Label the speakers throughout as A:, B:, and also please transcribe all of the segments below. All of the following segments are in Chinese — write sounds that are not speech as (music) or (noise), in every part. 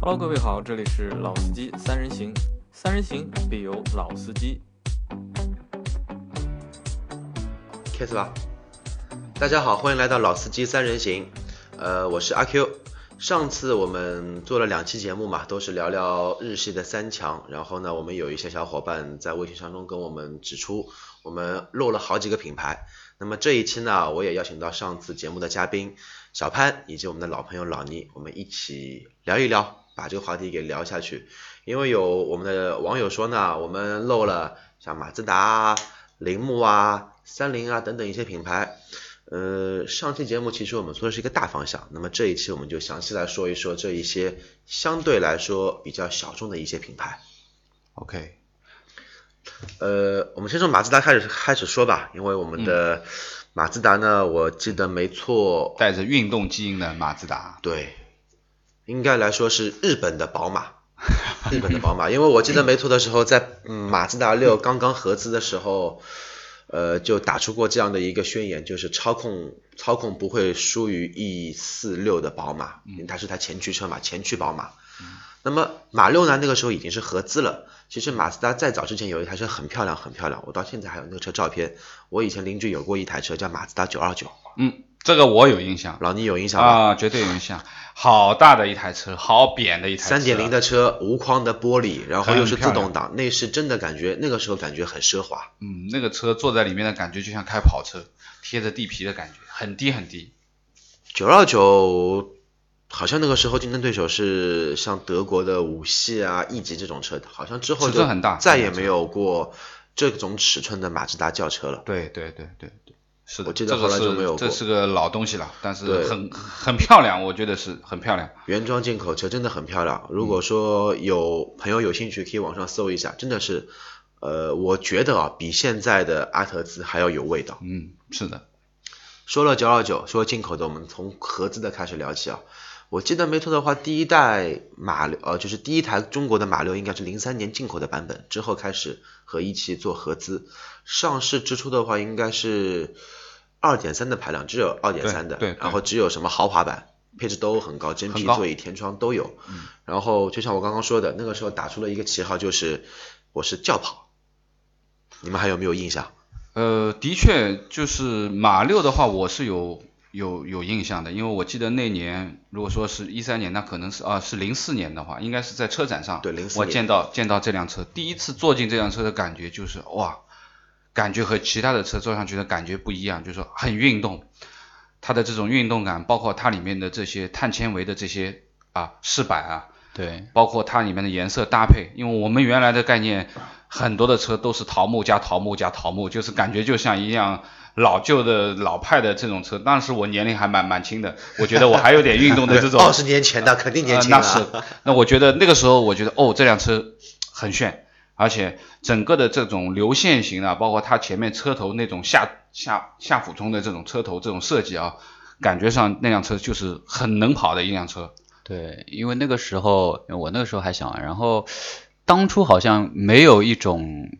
A: Hello，各位好，这里是老司机三人行，三人行必有老司机。
B: 开始吧。大家好，欢迎来到老司机三人行。呃，我是阿 Q。上次我们做了两期节目嘛，都是聊聊日系的三强。然后呢，我们有一些小伙伴在微信当中跟我们指出，我们漏了好几个品牌。那么这一期呢，我也邀请到上次节目的嘉宾小潘以及我们的老朋友老倪，我们一起聊一聊，把这个话题给聊下去。因为有我们的网友说呢，我们漏了像马自达啊、铃木啊、三菱啊等等一些品牌。呃，上期节目其实我们说的是一个大方向，那么这一期我们就详细来说一说这一些相对来说比较小众的一些品牌。
C: OK，
B: 呃，我们先从马自达开始开始说吧，因为我们的马自达呢，我记得没错，
C: 带着运动基因的马自达，
B: 对，应该来说是日本的宝马，日本的宝马，因为我记得没错的时候，在嗯马自达六刚刚合资的时候，呃，就打出过这样的一个宣言，就是操控操控不会输于 E 四六的宝马，因为它是它前驱车嘛，前驱宝马。那么马六呢，那个时候已经是合资了。其实马自达在早之前有一台车很漂亮，很漂亮，我到现在还有那个车照片。我以前邻居有过一台车叫马自达九二九，
C: 嗯，这个我有印象
B: 老倪有印象吧？
C: 啊，绝对有印象，好大的一台车，好扁的一台车，
B: 三点零的车，无框的玻璃，然后又是
C: 很漂
B: 自
C: 亮
B: 动挡，内饰真的感觉那个时候感觉很奢华。
C: 嗯，那个车坐在里面的感觉就像开跑车，贴着地皮的感觉，很低很低。
B: 九二九好像那个时候竞争对手是像德国的五系啊、E 级这种车，好像之后
C: 尺
B: 就
C: 寸很大
B: 再也没有过这种尺寸的马自达轿车了。
C: 对对对对对，是的，
B: 我记得后来
C: 这个
B: 就是没有过
C: 这是个老东西了，但是
B: 对
C: 很很漂亮，我觉得是很漂亮。
B: 原装进口车真的很漂亮，如
C: 嗯
B: 果说有朋友有兴趣，可以网上搜一下，真的是，呃，我觉得啊，比现在的阿特兹还要有味道。
C: 嗯，是的，
B: 说了九二九，说进口的，我们从合资的开始聊起啊。我记得没错的话，第一代马六，呃，就是第一台中国的马六应该是零三年进口的版本，之后开始和一汽做合资。上市之初的话，应该是二点三的排量，只有二点三的，
C: 对对对
B: 然后只有什么豪华版，配置都很高，真皮
C: 很高嗯
B: 座椅、天窗都有。然后就像我刚刚说的，那个时候打出了一个旗号，就是我是轿跑，你们还有没有印象？
C: 呃，的确，就是马六的话，我是有有有印象的，因为我记得那年，如果说是一三年，那可能是啊是零四年的话，应该是在车展上，
B: 对04
C: 我
B: 年
C: 见到见到这辆车，第一次坐进这辆车的感觉就是哇，感觉和其他的车坐上去的感觉不一样，就是说很运动，它的这种运动感，包括它里面的这些碳纤维的这些啊饰板啊，
D: 对，
C: 包括它里面的颜色搭配，因为我们原来的概念，很多的车都是桃木加桃木加桃木，就是感觉就像一辆老旧的老派的这种车。当时我年龄还蛮蛮轻的，我觉得我还有点运动的
B: (laughs)
C: 这种。
B: 二十年前的啊肯定哦年轻
C: 呃
B: 了、
C: 那是，那我觉得那个时候，我觉得哦，这辆车很炫，而且整个的这种流线型啊，包括它前面车头那种下下下俯冲的这种车头这种设计啊，感觉上那辆车就是很能跑的一辆车。
D: 对，因为那个时候我那个时候还小啊，然后当初好像没有一种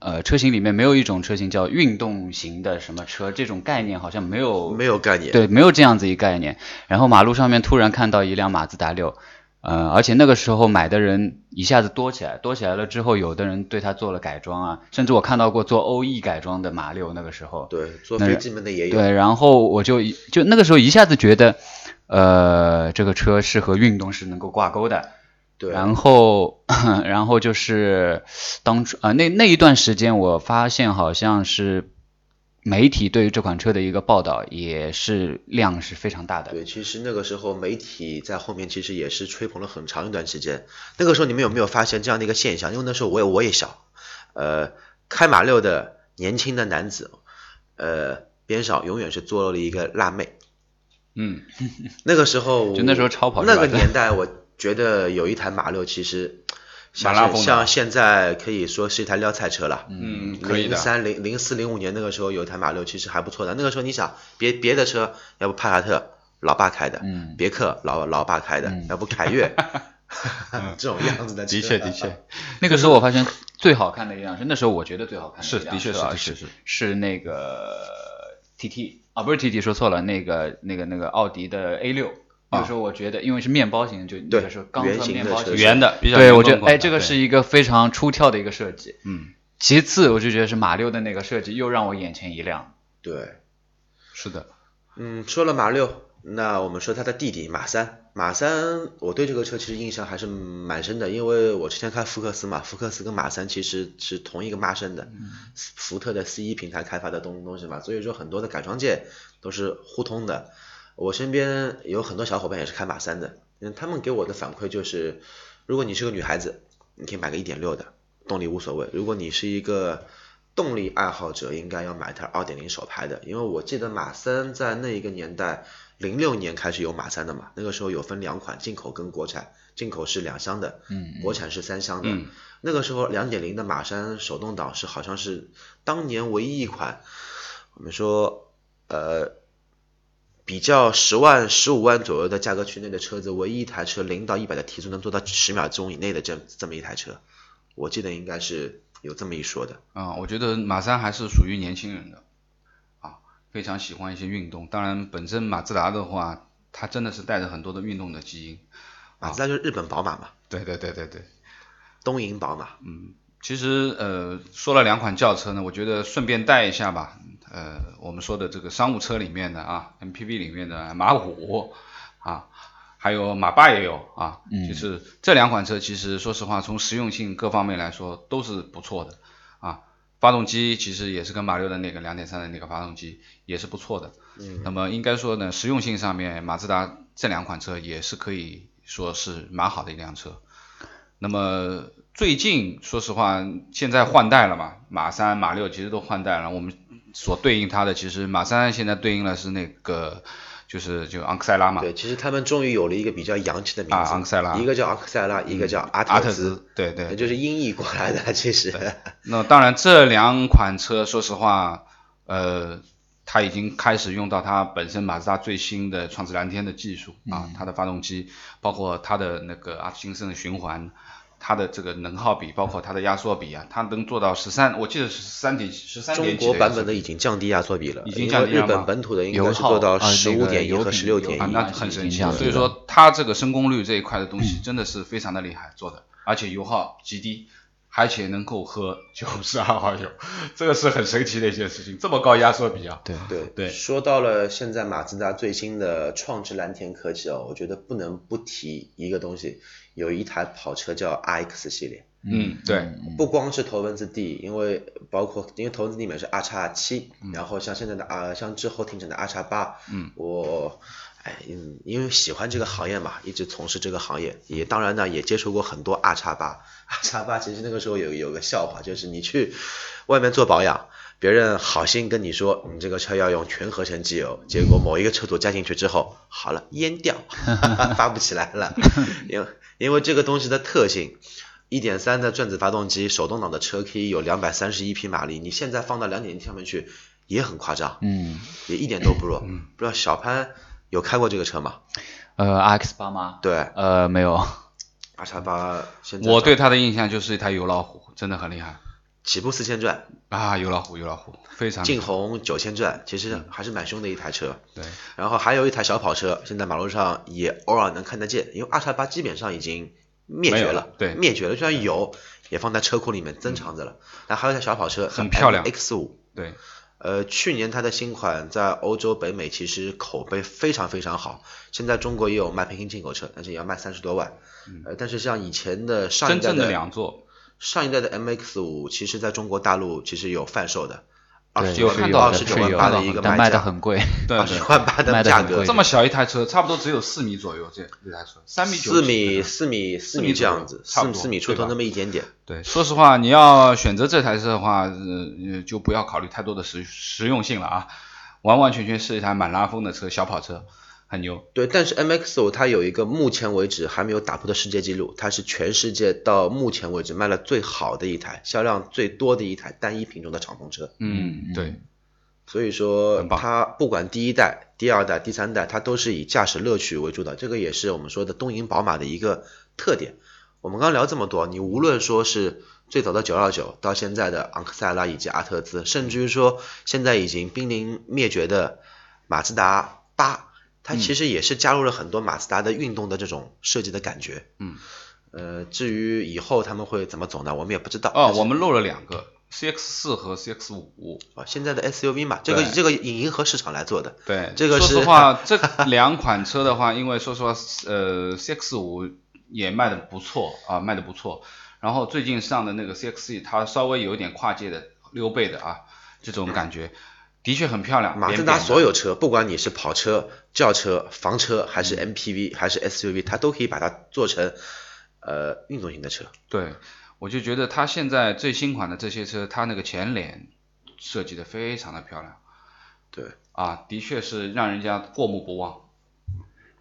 D: 呃车型里面没有一种车型叫运动型的什么车，这种概念好像没有
B: 没有概念。
D: 对，没有这样子一概念。然后马路上面突然看到一辆马自达六，呃，而且那个时候买的人一下子多起来，多起来了之后，有的人对它做了改装啊，甚至我看到过做欧 E 改装的马六，那个时候。
B: 对，坐
D: 那
B: 飞
D: 是
B: 机门的也有。
D: 对，然后我就一就那个时候一下子觉得，呃，这个车是和运动是能够挂钩的。
B: 对
D: 然后， (laughs) 然后就是当初啊、那那一段时间，我发现好像是媒体对于这款车的一个报道也是量是非常大的。
B: 对，其实那个时候媒体在后面其实也是吹捧了很长一段时间。那个时候你们有没有发现这样的一个现象？因为那时候我也我也小，呃，开马六的年轻的男子，呃，边上永远是坐了一个辣妹。
C: 嗯，
D: (laughs)
B: 那个时候
D: 就那时候超跑是
B: 那
D: 吧
B: 个年代，我觉得有一台马六其
C: (laughs)
B: 实像
C: 蛮拉风的
B: 像现在可以说是一台撩菜车了。嗯。
C: 嗯，可以
B: 零
C: 的。
B: 三零零四零五年那个时候有一台马六，其实还不错的。那个时候你想，别别的车，要不帕萨特老爸开的，
D: 嗯
B: 别克老老爸开的，要不凯
C: (laughs)
B: 越， (laughs) 这种样子的车。
C: 嗯的确，的确，
D: 那个时候我发现最好看的一辆车，那时候我觉得最好看的
C: 是
D: 一辆
C: 的确
D: 车
C: 是
D: 啊
C: 的
D: 是
C: 确是
D: 是那个 TT 啊，不是 TT，说错了，那个那个那个奥迪的 A 六。那个时候我觉得，因为是面包型，就那
B: 对
D: 个时候钢
B: 圆
D: 钻
B: 形
D: 面
B: 的
D: 包
B: 设
D: 型，
B: 计
C: 圆的比较
D: 对
C: 圆
D: 我觉得
C: 滚滚
D: 哎，
C: 的
D: 这个
C: 对
D: 是一个非常出挑的一个设计。
C: 嗯，
D: 其次，我就觉得是马六的那个设计又让我眼前一亮。
B: 对，
C: 是的，
B: 嗯，说了马六，那我们说他的弟弟马三。马三，我对这个车其实印象还是蛮深的，因为我之前看福克斯嘛，福克斯跟马三其实是同一个妈生的，福特的 C 一平台开发的东东西嘛，所以说很多的改装件都是互通的。我身边有很多小伙伴也是开马三的，嗯，他们给我的反馈就是，如果你是个女孩子，你可以买个一点六的，动力无所谓；如果你是一个动力爱好者，应该要买它二点零手排的，因为我记得马三在那一个年代，零六年开始有马三的嘛，那个时候有分两款，进口跟国产，进口是两厢的，
D: 嗯
B: 国产是三厢的。
C: 嗯
B: 那个时候两点零的马三手动挡是好像是当年唯一一款，我们说呃比较十万十五万左右的价格区内的车子，唯一一台车零到一百的提速能做到十秒钟以内的这这么一台车，我记得应该是有这么一说的。
C: 啊、我觉得马三还是属于年轻人的，啊，非常喜欢一些运动。当然，本身马自达的话，它真的是带着很多的运动的基因。
B: 马自达就是日本宝马嘛，
C: 对对对对对。
B: 东瀛宝马。
C: 其实呃，说了两款轿车呢，我觉得顺便带一下吧。呃，我们说的这个商务车里面的啊，MPV 里面的马五啊，还有马八也有啊。
D: 嗯
C: 就是这两款车，其实说实话，从实用性各方面来说都是不错的啊。发动机其实也是跟马六的那个2.3的那个发动机也是不错的。
B: 嗯，
C: 那么应该说呢，实用性上面，马自达这两款车也是可以说是蛮好的一辆车。那么最近说实话，现在换代了嘛，马三、马六其实都换代了。我们所对应它的，其实马三现在对应的是那个就是就昂克赛拉嘛，
B: 对，其实他们终于有了一个比较洋气的名字，
C: 啊昂克赛拉嗯
B: 一个叫昂克赛拉，一个叫阿
C: 阿
B: 特
C: 特兹，对对
B: 也就是音译过来的。其实，
C: 那当然，这两款车，说实话，呃，它已经开始用到它本身马自达最新的创智蓝天的技术啊，
B: 嗯
C: 它的发动机，包括它的那个阿金森的循环，它的这个能耗比，包括它的压缩比啊，它能做到十三，我记得是三点十三
B: 中
C: 点
B: 国版本的
C: 一
B: 已经降低压缩比了，
C: 已经
B: 因
C: 降
B: 为
C: 低
B: 日
C: 了
B: 本
C: 吗
B: 本土的应
D: 油
B: 该是
D: 耗
B: 做到
D: 啊那
B: 十五
D: 个
B: 点一
D: 油
B: 和
D: 比
B: 十六
D: 油
B: 点
C: 啊，
B: 一。
C: 那很神
D: 影
C: 奇
D: 响。
C: 所以说，它这个升功率这一块的东
B: 嗯
C: 西真的是非常的厉害做的，而且油耗极低。而且能够喝 (laughs) 九十二号油，这个是很神奇的一件事情。这么高压缩比啊，
D: 对，
B: 对
C: 对
B: 说到了现在马自达最新的创智蓝天科技哦，我觉得不能不提一个东西，有一台跑车叫 RX 系列，
C: 嗯，对，
B: 不光是头文字 D，因为包括因为头文字 D 里面是 R 叉七，然后像现在的 R，像之后停产的 R 叉八，
C: 嗯，
B: 我，哎，嗯，因为喜欢这个行业嘛，一直从事这个行业，也当然呢也接触过很多 R 叉八，R (laughs) 叉八其实那个时候有有个笑话，就是你去外面做保养。别人好心跟你说，嗯你这个车要用全合成机油，结果某一个车主加进去之后，好了，淹掉， (laughs) 发不起来了，因为因为这个东西的特性，一点三的转子发动机，手动挡的车可以有两百三十一匹马力，你现在放到两点零上面去也很夸张，
D: 嗯，
B: 也一点都不弱。
C: 嗯
B: 不知道小潘有开过这个车吗？
D: 呃，RX 八吗？
B: 对，
D: 呃，没有，
B: R 叉八现在
C: 我对它的印象就是一台油老虎，真的很厉害
B: 起步四千转，
C: 啊，油老虎，油老虎，非常厉
B: 劲
C: 害
B: 宏九千转，其
C: 嗯
B: 实还是蛮凶的一台车。
C: 对，
B: 然后还有一台小跑车，现在马路上也偶尔能看得见，因为 R 叉八基本上已经灭
C: 没有
B: 绝
C: 了
B: 了，
C: 对嗯
B: 灭绝了，虽然有，也放在车库里面珍藏着了。然后还有一台小跑车，
C: 很漂亮
B: X 五。
C: 对，
B: 呃，去年它的新款在欧洲、北美其实口碑非常非常好，现在中国也有卖平行进口车，但是也要卖三十多万。呃，但是像以前的上一
C: 嗯真
B: 代
C: 正
B: 的
C: 的两座，
B: 上一代的 MX 五，其实在中国大陆其实有贩售的，二
D: 对，
B: 十
D: 是有
B: 九
C: 看
B: 万
C: 到
B: 到二
D: 的，
B: 十九
D: 是
B: 万
D: 有
B: 八的一个
D: 但卖的
B: 价，
D: 很贵。
C: 对
B: 二
C: 对
B: 十万八
D: 卖
B: 的
D: 得
B: 价
D: 很
B: 格
D: 贵
C: 这，么小一台车，差不多只有四米左右，这这台车三米九
B: 四米
C: 几
B: 四米四
C: 米
B: 米
C: 左
B: 这
C: 右
B: 样子，
C: 差不
B: 四
C: 多
B: 四米出
C: 对
B: 头
C: 吧
B: 那么一点点。
C: 对，说实话，你要选择这台车的话，呃，就不要考虑太多的实实用性了啊，完完全全是一台满拉风的车，小跑车，很牛。
B: 对，但是 MX 五它有一个目前为止还没有打破的世界纪录，它是全世界到目前为止卖了最好的一台，销量最多的一台单一品种的敞篷车。
D: 嗯嗯
C: 对，
B: 所以说
C: 很，棒
B: 它不管第一代、第二代、第三代，它都是以驾驶乐趣为主导，这个也是我们说的东瀛宝马的一个特点。我们刚刚聊这么多，你无论说是最早的929，到现在的昂克赛拉以及阿特兹，甚至于说现在已经濒临灭绝的马自达八，
C: 嗯
B: 它其实也是加入了很多马自达的运动的这种设计的感觉。
C: 嗯，
B: 呃，至于以后他们会怎么走呢，我们也不知道。
C: 哦
B: 但，是
C: 我们漏了两个 CX 四和 CX 五。
B: 啊现在的 SUV 嘛，这个
C: 对
B: 这个迎合市场来做的。
C: 对，
B: 这个是
C: 说实话， (laughs) 这两款车的话，因为说实话，呃，CX 五也卖的不错啊，卖的不错。然后最近上的那个 CX E，它稍微有一点跨界的溜背的啊，这种感觉，的确很漂亮。
B: 马自
C: 扁
B: 达
C: 扁的
B: 所有车，不管你是跑车、轿车、房车，还
D: 嗯
B: 是 MPV，还是 SUV，它都可以把它做成呃运动型的车。
C: 对，我就觉得它现在最新款的这些车，它那个前脸设计的非常的漂亮
B: 对，
C: 啊，的确是让人家过目不忘。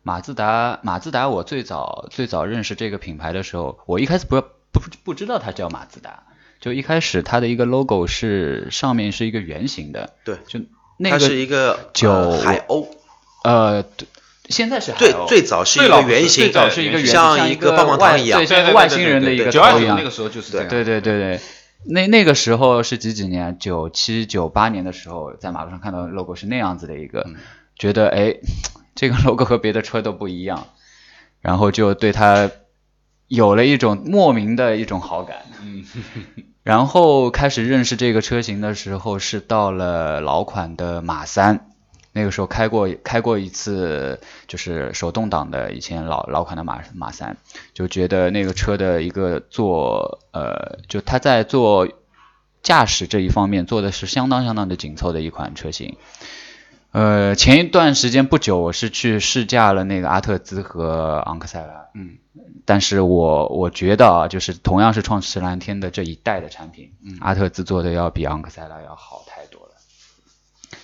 D: 马自达，马自达，我最早最早认识这个品牌的时候，我一开始不不不知道它叫马自达，就一开始它的一个 logo 是上面是一个圆形的，
B: 对，
D: 就那
B: 它是
D: 个
B: 一个
D: 九
B: 呃、海鸥，
D: 呃，对现在是海
B: 最
D: 鸥
B: 最早是一
C: 最
B: 个
C: 老
B: 圆形，
D: 最早是一个圆形，
B: 像
D: 一
B: 棒棒
D: 外
B: 糖一样
D: 对，。
C: 对
D: 像一
C: 对
D: 个外星人的一个
C: 九
D: 头
C: 二
D: 一
C: 九
D: 样
C: 那。个时候就是这样。
D: 对对对对，那那个时候是几几年？九七九八年的时候，在马路上看到 logo 是那样子的一个，觉得哎，这个 logo 和别的车都不一样，然后就对它有了一种莫名的一种好感。
C: 嗯，
D: (laughs) 然后开始认识这个车型的时候，是到了老款的马三，那个时候开过开过一次，就是手动挡的以前老老款的马马三，就觉得那个车的一个做呃，就它在做驾驶这一方面做的是相当相当的紧凑的一款车型。呃，前一段时间不久，我是去试驾了那个阿特兹和昂克赛拉，
C: 嗯，
D: 但是我我觉得啊，就是同样是创驰蓝天的这一代的产品，
C: 嗯
D: 阿特兹做的要比昂克赛拉要好太多了，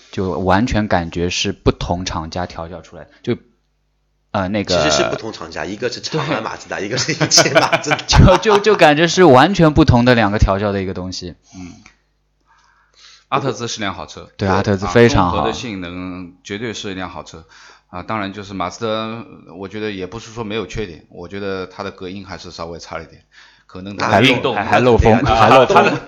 D: 就完全感觉是不同厂家调教出来的，就呃那
B: 其
D: 个
B: 实是不同厂家，一个是长安马自达，一个是一汽马自达。
D: 就就就感觉是完全不同的两个调教的一个东西。
C: 阿特兹是辆好车，
D: 对阿特兹
C: 啊
D: 非常
C: 综合的
D: 好
C: 性能绝对是一辆好车啊。当然，就是马自达，呃我觉得也不是说没有缺点，我觉得它的隔音还是稍微差了一点，可能它
B: 还
C: 的
B: 漏
C: 运动
D: 还还漏风，
B: 对啊
D: 还漏
B: 东
D: 风。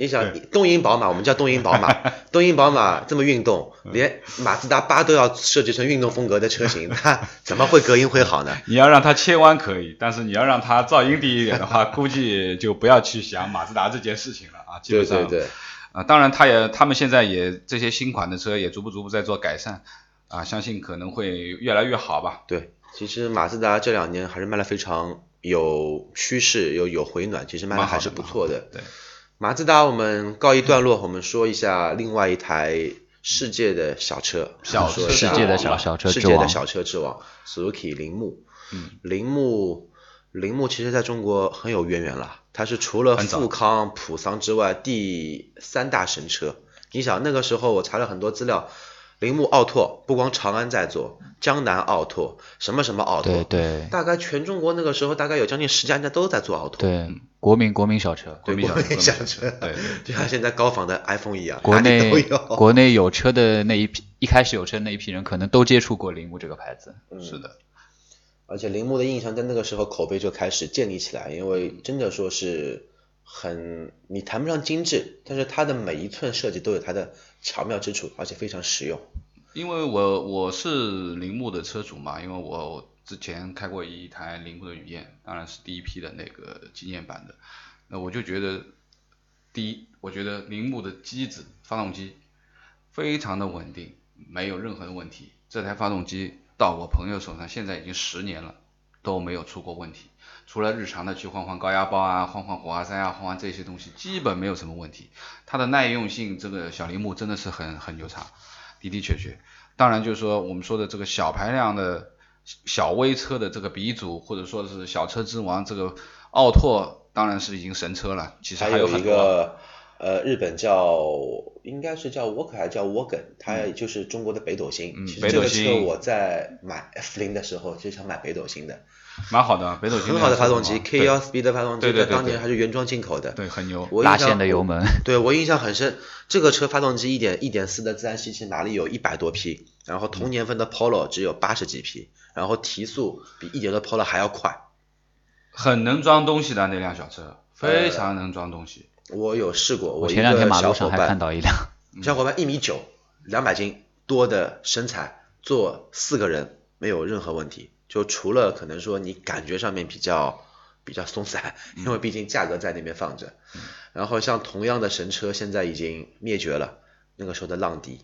B: 你想东瀛宝马，我们叫东瀛宝
D: (laughs)
B: 马，东瀛宝马这么运动，
D: 嗯
B: 连马自达八都要设计成运动风格的车型，它怎么会隔音会好呢？
C: 你要让它切弯可以，但是你要让它噪音低一点
B: (laughs)
C: 的话，估计就不要去想马自达这件事情了啊。基
B: 对
C: 本上
B: 对对，
C: 啊，当然，它也他们现在也这些新款的车也逐步逐步在做改善啊，相信可能会越来越好吧。
B: 对，其实马自达这两年还是卖的非常有趋势，有有回暖，其实卖的
C: 蛮好
B: 还
C: 的
B: 是不错的。
C: 对，
B: 马自达我们告一段落，我们说一下另外一台世界的小车，
C: 小
B: 说
C: 车
B: 一
C: 之
B: 下
D: 世界的
C: 王
D: 小小车
B: 世
D: 之
B: 界的
D: 王，
B: 小车之王，Suzuki 铃木。
C: 嗯，
B: 铃木，铃木其实在中国很有渊源了，它是除了
C: 很早
B: 富康、普桑之外第三大神车。你想那个时候我查了很多资料，铃木奥拓不光长安在做，江南奥拓，什么什么奥拓，
D: 对对
B: 大概全中国那个时候大概有将近十家人家都在做奥拓。
D: 对，国民国民小车，
B: 对，
C: 国民
B: 国
C: 小车
B: 民小车， (laughs)
C: 对对
B: 就像现在高仿的 iPhone 一样，
D: 国
B: 哪里
D: 内
B: 都有。
D: 国内有车的那一批，一开始有车的那一批人，可能都接触过铃木这个牌子。
B: 嗯
C: 是的，
B: 而且铃木的印象在那个时候口碑就开始建立起来，因为真的说是很，你谈不上精致，但是它的每一寸设计都有它的巧妙之处，而且非常实用。
C: 因为我我是铃木的车主嘛，因为我之前开过一台铃木的雨燕，当然是第一批的那个纪念版的。那我就觉得，第一，我觉得铃木的机子发动机非常的稳定，没有任何的问题。这台发动机到我朋友手上现在已经十年了，都没有出过问题。除了日常的去换换高压包啊、换换火花塞啊、换换这些东西，基本没有什么问题。它的耐用性，这个小铃木真的是很很牛叉，的的确确。当然就是说我们说的这个小排量的小微车的这个鼻祖，或者说是小车之王，这个奥拓当然是已经神车了，其实
B: 还
C: 有
B: 一
C: 很多。
B: 个呃，日本叫应该是叫沃克还是叫沃根，它就是中国的北斗星。
C: 嗯
B: 其实
C: 北
B: 这
C: 斗
B: 个车
C: 星
B: 我在买 F 零的时候就想买北斗星的，
C: 蛮好的，北斗星
B: 很好的
C: 那辆
B: 发
C: 车
B: 动机
C: 嘛
B: ，K 1 Speed 的发动机，
C: 对对
B: 在
C: 对
B: 当年
C: 对
B: 还是原装进口的。
C: 对对很牛，
B: 我印
D: 拉
B: 象
D: 线的油门，
B: 对我印象很深，这个车发动机一点一点四的自然吸气马力有一百多匹，然后同年份的 Polo 只有八十几匹，然后提速比一点六 Polo 还要快。
C: 很能装东西的那辆小车，非常能装东西。
B: 我有试过，
D: 我
B: 一
D: 前两天
B: 个
D: 马
B: 小
D: 路
B: 伙
D: 上还看
B: 伴，
D: 到一辆，
B: 小伙伴一米九，两百斤多的身材，坐四个人，没有任何问题，就除了可能说你感觉上面比较比较松散，
C: 嗯
B: 因为毕竟价格在那边放着。然后像同样的神车现在已经灭绝了，那个时候的浪迪，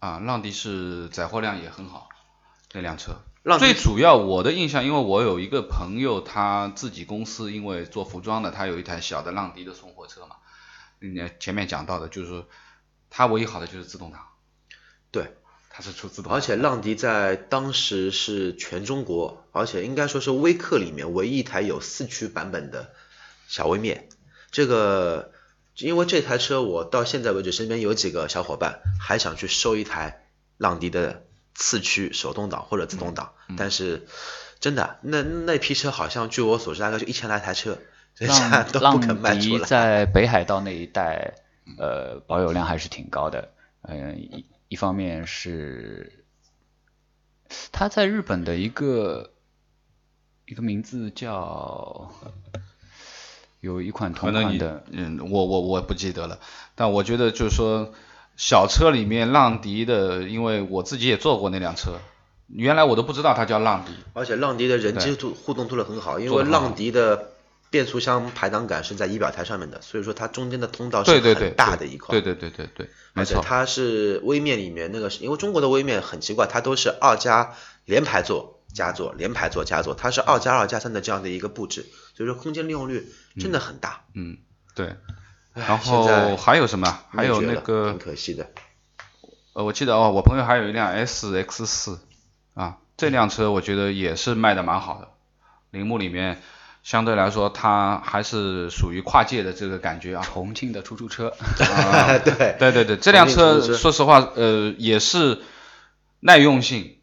C: 啊，浪迪是载货量也很好，那辆车。
B: 浪迪
C: 最主要我的印象，因为我有一个朋友，他自己公司因为做服装的，他有一台小的浪迪的送货车嘛。嗯，前面讲到的就是说，它唯一好的就是自动挡，
B: 对，
C: 它是出自动挡。
B: 而且浪迪在当时是全中国，而且应该说是微客里面唯一一台有四驱版本的小微面。这个，因为这台车我到现在为止，身边有几个小伙伴还想去收一台浪迪的四驱手动挡或者自动挡，
D: 嗯
B: 但是真的那那批车好像据我所知大概就一千来台车，人 (laughs) 家
D: 浪
B: 都不肯卖
D: 浪
B: 出
D: 迪
B: 来。
D: 在北海道那一带，呃，保有量还是挺高的。嗯、一一方面是它在日本的一个一个名字叫有一款
C: 可
D: 同
C: 能
D: 款
C: 你
D: 的，
C: 嗯，我我我不记得了，但我觉得就是说，小车里面浪迪的，因为我自己也坐过那辆车，原来我都不知道它叫浪迪。
B: 而且浪迪的人机
C: 对
B: 互互动做得很好，因
C: 做
B: 为
C: 得很好
B: 浪迪的变速箱排挡杆是在仪表台上面的，所以说它中间的通道哦是
C: 对对对，
B: 很大的一块。
C: 对对对对对，没
B: 而且
C: 错。
B: 它是微面里面那个是，因为中国的微面很奇怪，它都是二加连排座加座，连排座加座，它是二加二加三的这样的一个布置，所以说空间利用率真的很大。
C: 嗯，对。
B: 唉
C: 然
B: 现在
C: 后还有什么？还有
B: 灭绝了
C: 那个
B: 挺可惜的，
C: 呃，我记得哦，我朋友还有一辆 S X 四啊，这辆车我觉得也是卖的蛮好的。铃木里面相对来说，它还是属于跨界的这个感觉啊。
D: 重庆的出租车。
C: 啊
B: (laughs) 对
C: 对对对，
B: 重
C: 这辆
B: 庆
C: 车
B: 出租车
C: 说实话，呃，也是耐用性，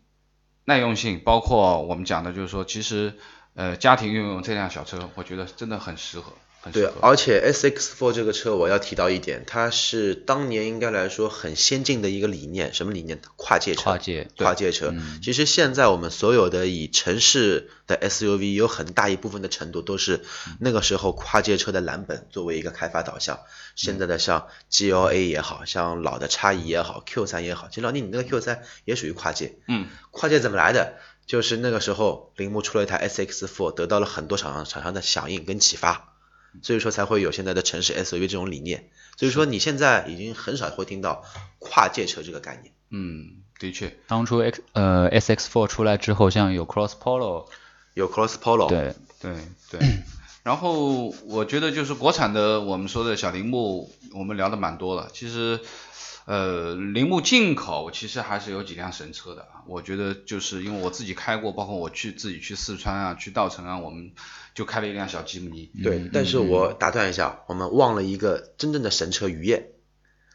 C: 耐用性，包括我们讲的，就是说，其实呃，家庭用用这辆小车，我觉得真的很适合，很
B: 对啊
C: 适，合。
B: 而且 S X Four 这个车我要提到一点，它是当年应该来说很先进的一个理念，什么理念？跨界车。
D: 跨界对
B: 跨界车。
D: 嗯
B: 其实现在我们所有的以城市的 SUV 有很大一部分的程度都是
D: 嗯
B: 那个时候跨界车的蓝本作为一个开发导向。现在的像 GLA 也好像老的叉一也好，Q 3也好，其实老聂你那个 Q 3也属于跨界。
C: 嗯，
B: 跨界怎么来的？就是那个时候，铃木出了一台 SX4，得到了很多厂商厂商的响应跟启发，
D: 嗯
B: 所以说才会有现在的城市 SUV 这种理念。所以说你现在已经很少会听到跨界车这个概念。
C: 嗯，的确，
D: 当初 X 呃 SX4 出来之后，像有 Cross Polo，
B: 有 Cross Polo，
D: 对，
C: 对
B: (clears throat)
C: 对。然后我觉得就是国产的，我们说的小铃木，我们聊的蛮多了。其实，呃，铃木进口其实还是有几辆神车的啊。我觉得就是因为我自己开过，包括我去自己去四川啊，去稻城啊，我们就开了一辆小吉姆尼。
B: 对，但
C: 嗯
B: 是我打断一下，我们忘了一个真正的神车雨燕，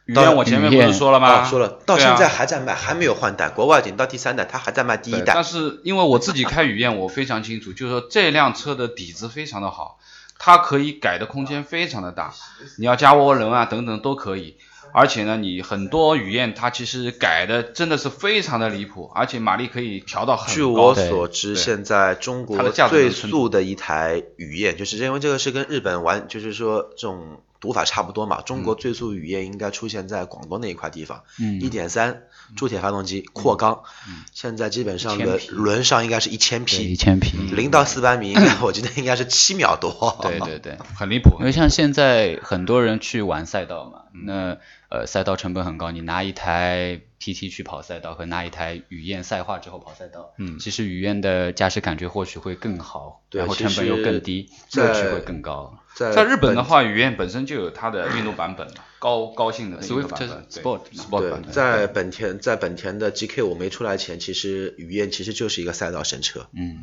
C: 雨燕我前面不是说了吗？
B: 啊说了到
C: 对啊
B: 现在还在卖，还没有换代，国外已经到第三代，它还在卖第一
C: 对但
B: 代。
C: 是因为我自己开雨燕，我非常清楚， (laughs) 就是说这辆车的底子非常的好，它可以改的空间非常的大，你要加涡轮啊等等都可以。而且呢，你很多雨燕它其实改的真的是非常的离谱，而且马力可以调到很
B: 据
C: 高
B: 我
C: 的。
B: 所知，
C: 对
B: 现在中
C: 它
B: 国
C: 的价格
B: 最
C: 能撑
B: 速的一台雨燕，就是因为这个是跟日本玩，就是说这种读法差不多嘛。中
C: 嗯
B: 国最速雨燕应该出现在广东那一块地方，
D: 嗯
B: 一点三铸铁发动机扩缸，
C: 嗯
B: 现在基本上
C: 1000
B: 轮
C: 匹
B: 轮上应该是一千
D: 对一
B: 匹，
D: 千匹，
B: 零到四百米应
C: 嗯
B: 该我记得应该是七秒多。 (laughs)
D: 对对对。
C: 很离谱
B: 嗯
D: 因。为像现在很多人去玩赛道嘛，那呃赛道成本很高，你拿一台 PT 去跑赛道和拿一台雨燕赛化之后跑赛道，
C: 嗯
D: 其实雨燕的驾驶感觉或许会更好，
B: 对
D: 然后
B: 其
D: 成本又
B: 实
D: 更低，
B: 在
D: 乐趣会更高。
B: 在
C: 在日本的话，雨燕本身就有它的运动版本嘛，高高性能的运动
D: 呃 Swift
C: 版本对
D: Sport 嘛
C: Sport
B: 对
C: 版，本。
B: 在本田在本田的 GK 五没出来前，其实雨燕其实就是一个赛道神车。
D: 嗯，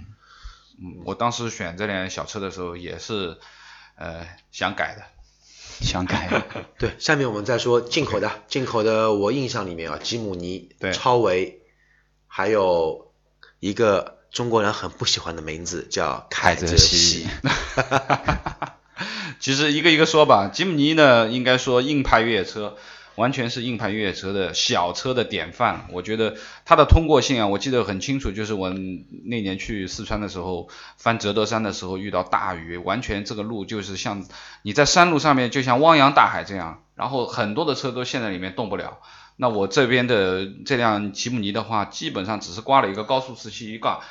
C: 嗯我当时选这辆小车的时候也是，呃，想改的。
D: 想改
B: 对，下面我们再说进口的，进口的我印象里面啊，吉姆尼
C: 对、
B: 超维，还有一个中国人很不喜欢的名字叫凯
D: 泽
B: 泽
D: 西
B: 西。
C: (laughs) 其实一个一个说吧，吉姆尼呢，应该说硬派越野车，完全是硬派越野车的小车的典范。我觉得它的通过性啊，我记得很清楚，就是我那年去四川的时候，翻折多山的时候遇到大雨，完全这个路就是像你在山路上面，就像汪洋大海这样。然后很多的车都陷在里面动不了。那我这边的这辆吉姆尼的话，基本上只是挂了一个高速四驱一个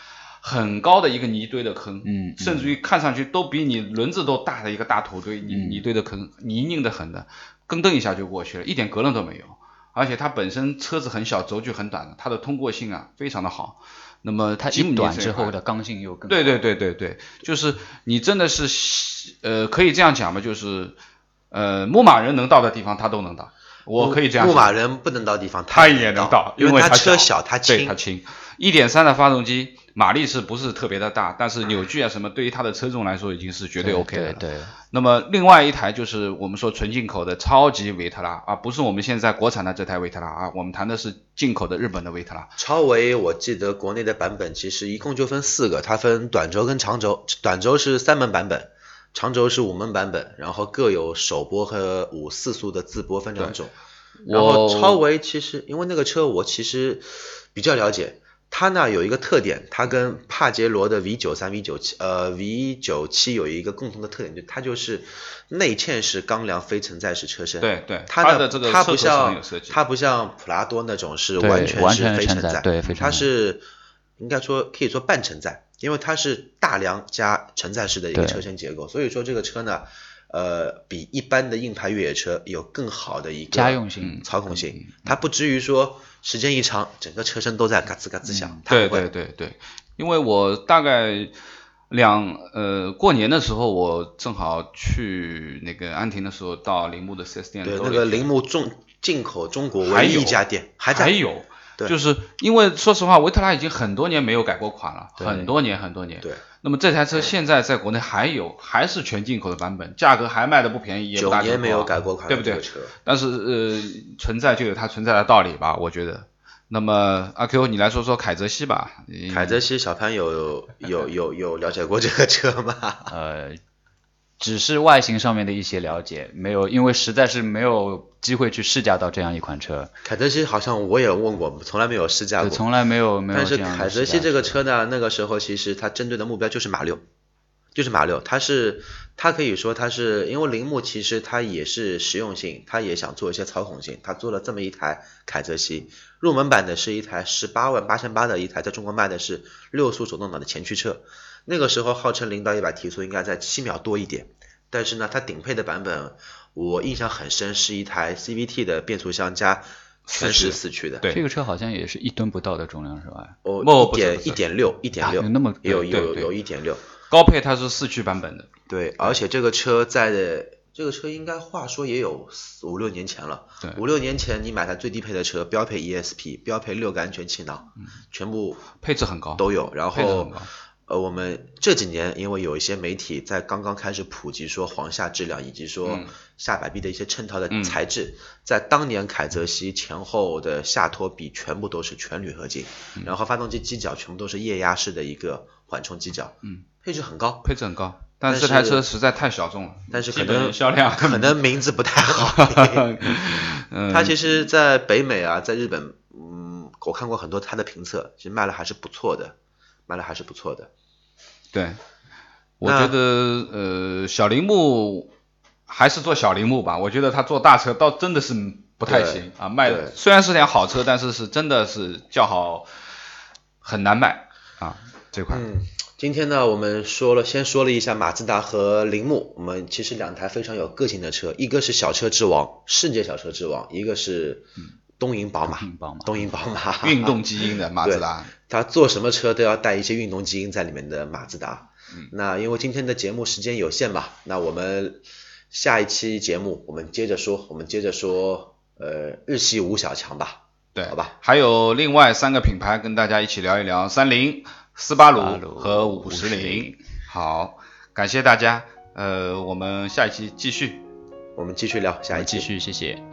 C: 很高的一个泥堆的坑，
D: 嗯嗯
C: 甚至于看上去都比你轮子都大的一个大土堆泥
D: 嗯
C: 泥堆的坑，泥泞的很的，蹬蹬一下就过去了，一点隔楞都没有。而且它本身车子很小，轴距很短的，它的通过性啊非常的好。那么
D: 它
C: 吉姆
D: 一
C: 尼
D: 短
C: 这
D: 之
C: 款
D: 后的刚性又更
C: 对对对对对，就是你真的是西呃，可以这样讲吧，就是呃，牧马人能到的地方他都能到，我可以这样
B: 牧
C: 讲。
B: 马人不能到地方，
C: 他也
B: 也
C: 能
B: 到
C: 到，，
B: 因
C: 为
B: 它
C: 它
B: 车小，它
C: 对
B: 轻
C: 它。轻。一点三的发动机马力是不是特别的大？但是扭矩啊什么，对于它的车重来说已经是绝
D: 对
C: OK 的了。
D: 对对
C: 那么另外一台就是我们说纯进口的超级维特拉啊，不是我们现在国产的这台维特拉啊，我们谈的是进口的日本的维特拉。
B: 超维我记得国内的版本其实一共就分四个，它分短轴跟长轴，短轴是三门版本，长轴是五门版本，然后各有首波和五四速的自波分两种。然后
D: 我
B: 超维其实因为那个车我其实比较了解，它呢有一个特点，它跟帕杰罗的 V 九三、V 九七呃 V 九七有一个共同的特点，就它就是内嵌式钢梁非承载式车身。
C: 对对，
B: 它
C: 的这个
B: 它
C: 车头
B: 不
C: 是很
B: 像
C: 有设计的。
B: 它不像普拉多那种是
D: 对
B: 完全
D: 完
B: 是
D: 全
B: 非
D: 承载
B: 载，
D: 对非承
B: 它
D: 载
B: 是应该说可以说半承载，因为它是大梁加承载式的一个
D: 对
B: 车身结构，所以说这个车呢，呃，比一般的硬派越野车有更好的一个
D: 家用性
B: 操控
C: 嗯
B: 性，它不至于说时间一长整个车身都在嘎吱嘎吱响，它
C: 对
B: 不会
C: 对对对，因为我大概两呃过年的时候，我正好去那个安亭的时候，到铃木的 4S 店
B: 对
C: 兜
B: 那
C: 了
B: 个
C: 一圈
B: 铃木中进口中国
C: 还
B: 唯一
C: 有
B: 一家店还
C: 还
B: 在，
C: 有
B: 对。
C: 就是因为说实话，维特拉已经很多年没有改过款了，
D: 对
C: 很多年很多年。
B: 对，
C: 那么这台车现在在国内还有，还是全进口的版本，价格还卖的不便宜，也不
B: 九
C: 打折
B: 年没
C: 扣啊
B: 有改过款，
C: 对不对？
B: 这个车
C: 但是呃，存在就有它存在的道理吧，我觉得。那么阿 Q，你来说说凯泽西吧。嗯
B: 凯泽西小潘有有有有了解过这个车吗？ (laughs)
D: 呃，只是外形上面的一些了解，没有，因为实在是没有机会去试驾到这样一款车，
B: 凯泽西好像我也问过，从来没有试驾
D: 就
B: 过。
D: 从来没有没有
B: 但
D: 这
B: 是
D: 样
B: 凯
D: 的
B: 泽
D: 试驾车。
B: 西这个车呢，那个时候其实它针对的目标就是马六，就是马六，它是它可以说它是因为铃木其实它也是实用性，它也想做一些操控性，它做了这么一台凯泽西入门版的是一台十八万八千八的一台，在中国卖的是六速手动挡的前驱车，那个时候号称零到一百提速应该在七秒多一点，但是呢，它顶配的版本我印象很深，是一台 CVT 的变速箱加全时四驱的，
C: 对
D: 这个车好像也是一吨不到的重量是吧？
B: 哦，一
C: 不不是
B: 点
C: 不
B: 一
C: 是
B: 点六，一点
D: 啊
B: 六，
D: 有那么
B: 有
C: 对对
B: 有
C: 对
B: 有一点六，
C: 高配它是四驱版本的，
B: 对，而且这个车在这个车应该话说也有四五六年前了
C: 对，
B: 五六年前你买台最低配的车，标配 ESP，标配六个安全气囊，全部
C: 配置很高，
B: 都有。然
C: 嗯配置很
B: 后
C: 高。
B: 呃，我们这几年因为有一些媒体在刚刚开始普及说黄下质量以及说
C: 嗯
B: 下摆臂的一些衬套的
C: 嗯
B: 材质，在当年凯泽西前后的下托臂全部都是全铝合金，
C: 嗯
B: 然后发动机机脚全部都是液压式的一个缓冲机脚，
C: 嗯，
B: 配置很
C: (laughs)
B: 高，
C: 配置很高，但
B: 但
C: 这台
B: 是
C: 车实在太小众了，
B: 但是
C: 基
B: 可
C: 本
B: 能
C: 销量 (laughs)
B: 可能名字不太好。
C: 嗯，
B: 它其实，在北美啊，在日本，嗯，我看过很多它的评测，其实卖的还是不错的，卖的还是不错的。
C: 对，我
B: 那
C: 觉得呃小铃木还是做小铃木吧，我觉得他做大车倒真的是不太
B: 对
C: 行啊，卖
B: 对
C: 虽然是辆好车，但是是真的是叫好很难卖啊这款。
B: 嗯，今天呢，我们说了，先说了一下马自达和铃木，我们其实两台非常有个性的车，一个是小车之王，世界小车之王，一个是东瀛宝马，
D: 硬邦嘛，
B: 东瀛宝
D: (laughs)
B: 马，(laughs)
C: 运动基因的马自达，
B: 它做什么车都要带一些运动基因在里面的马自达。
D: 嗯
B: 那因为今天的节目时间有限嘛，那我们下一期节目我们接着说，我们接着说，呃，日系五小强吧。
C: 对，
B: 好吧。
C: 还有另外三个品牌跟大家一起聊一聊：三菱、斯巴
D: 斯巴
C: 鲁
D: 鲁
C: 和五十铃。好，感谢大家，呃，我们下一期继续。
B: 我们继续聊
D: 我
B: 下一
D: 们
B: 期
D: 继。续，谢谢。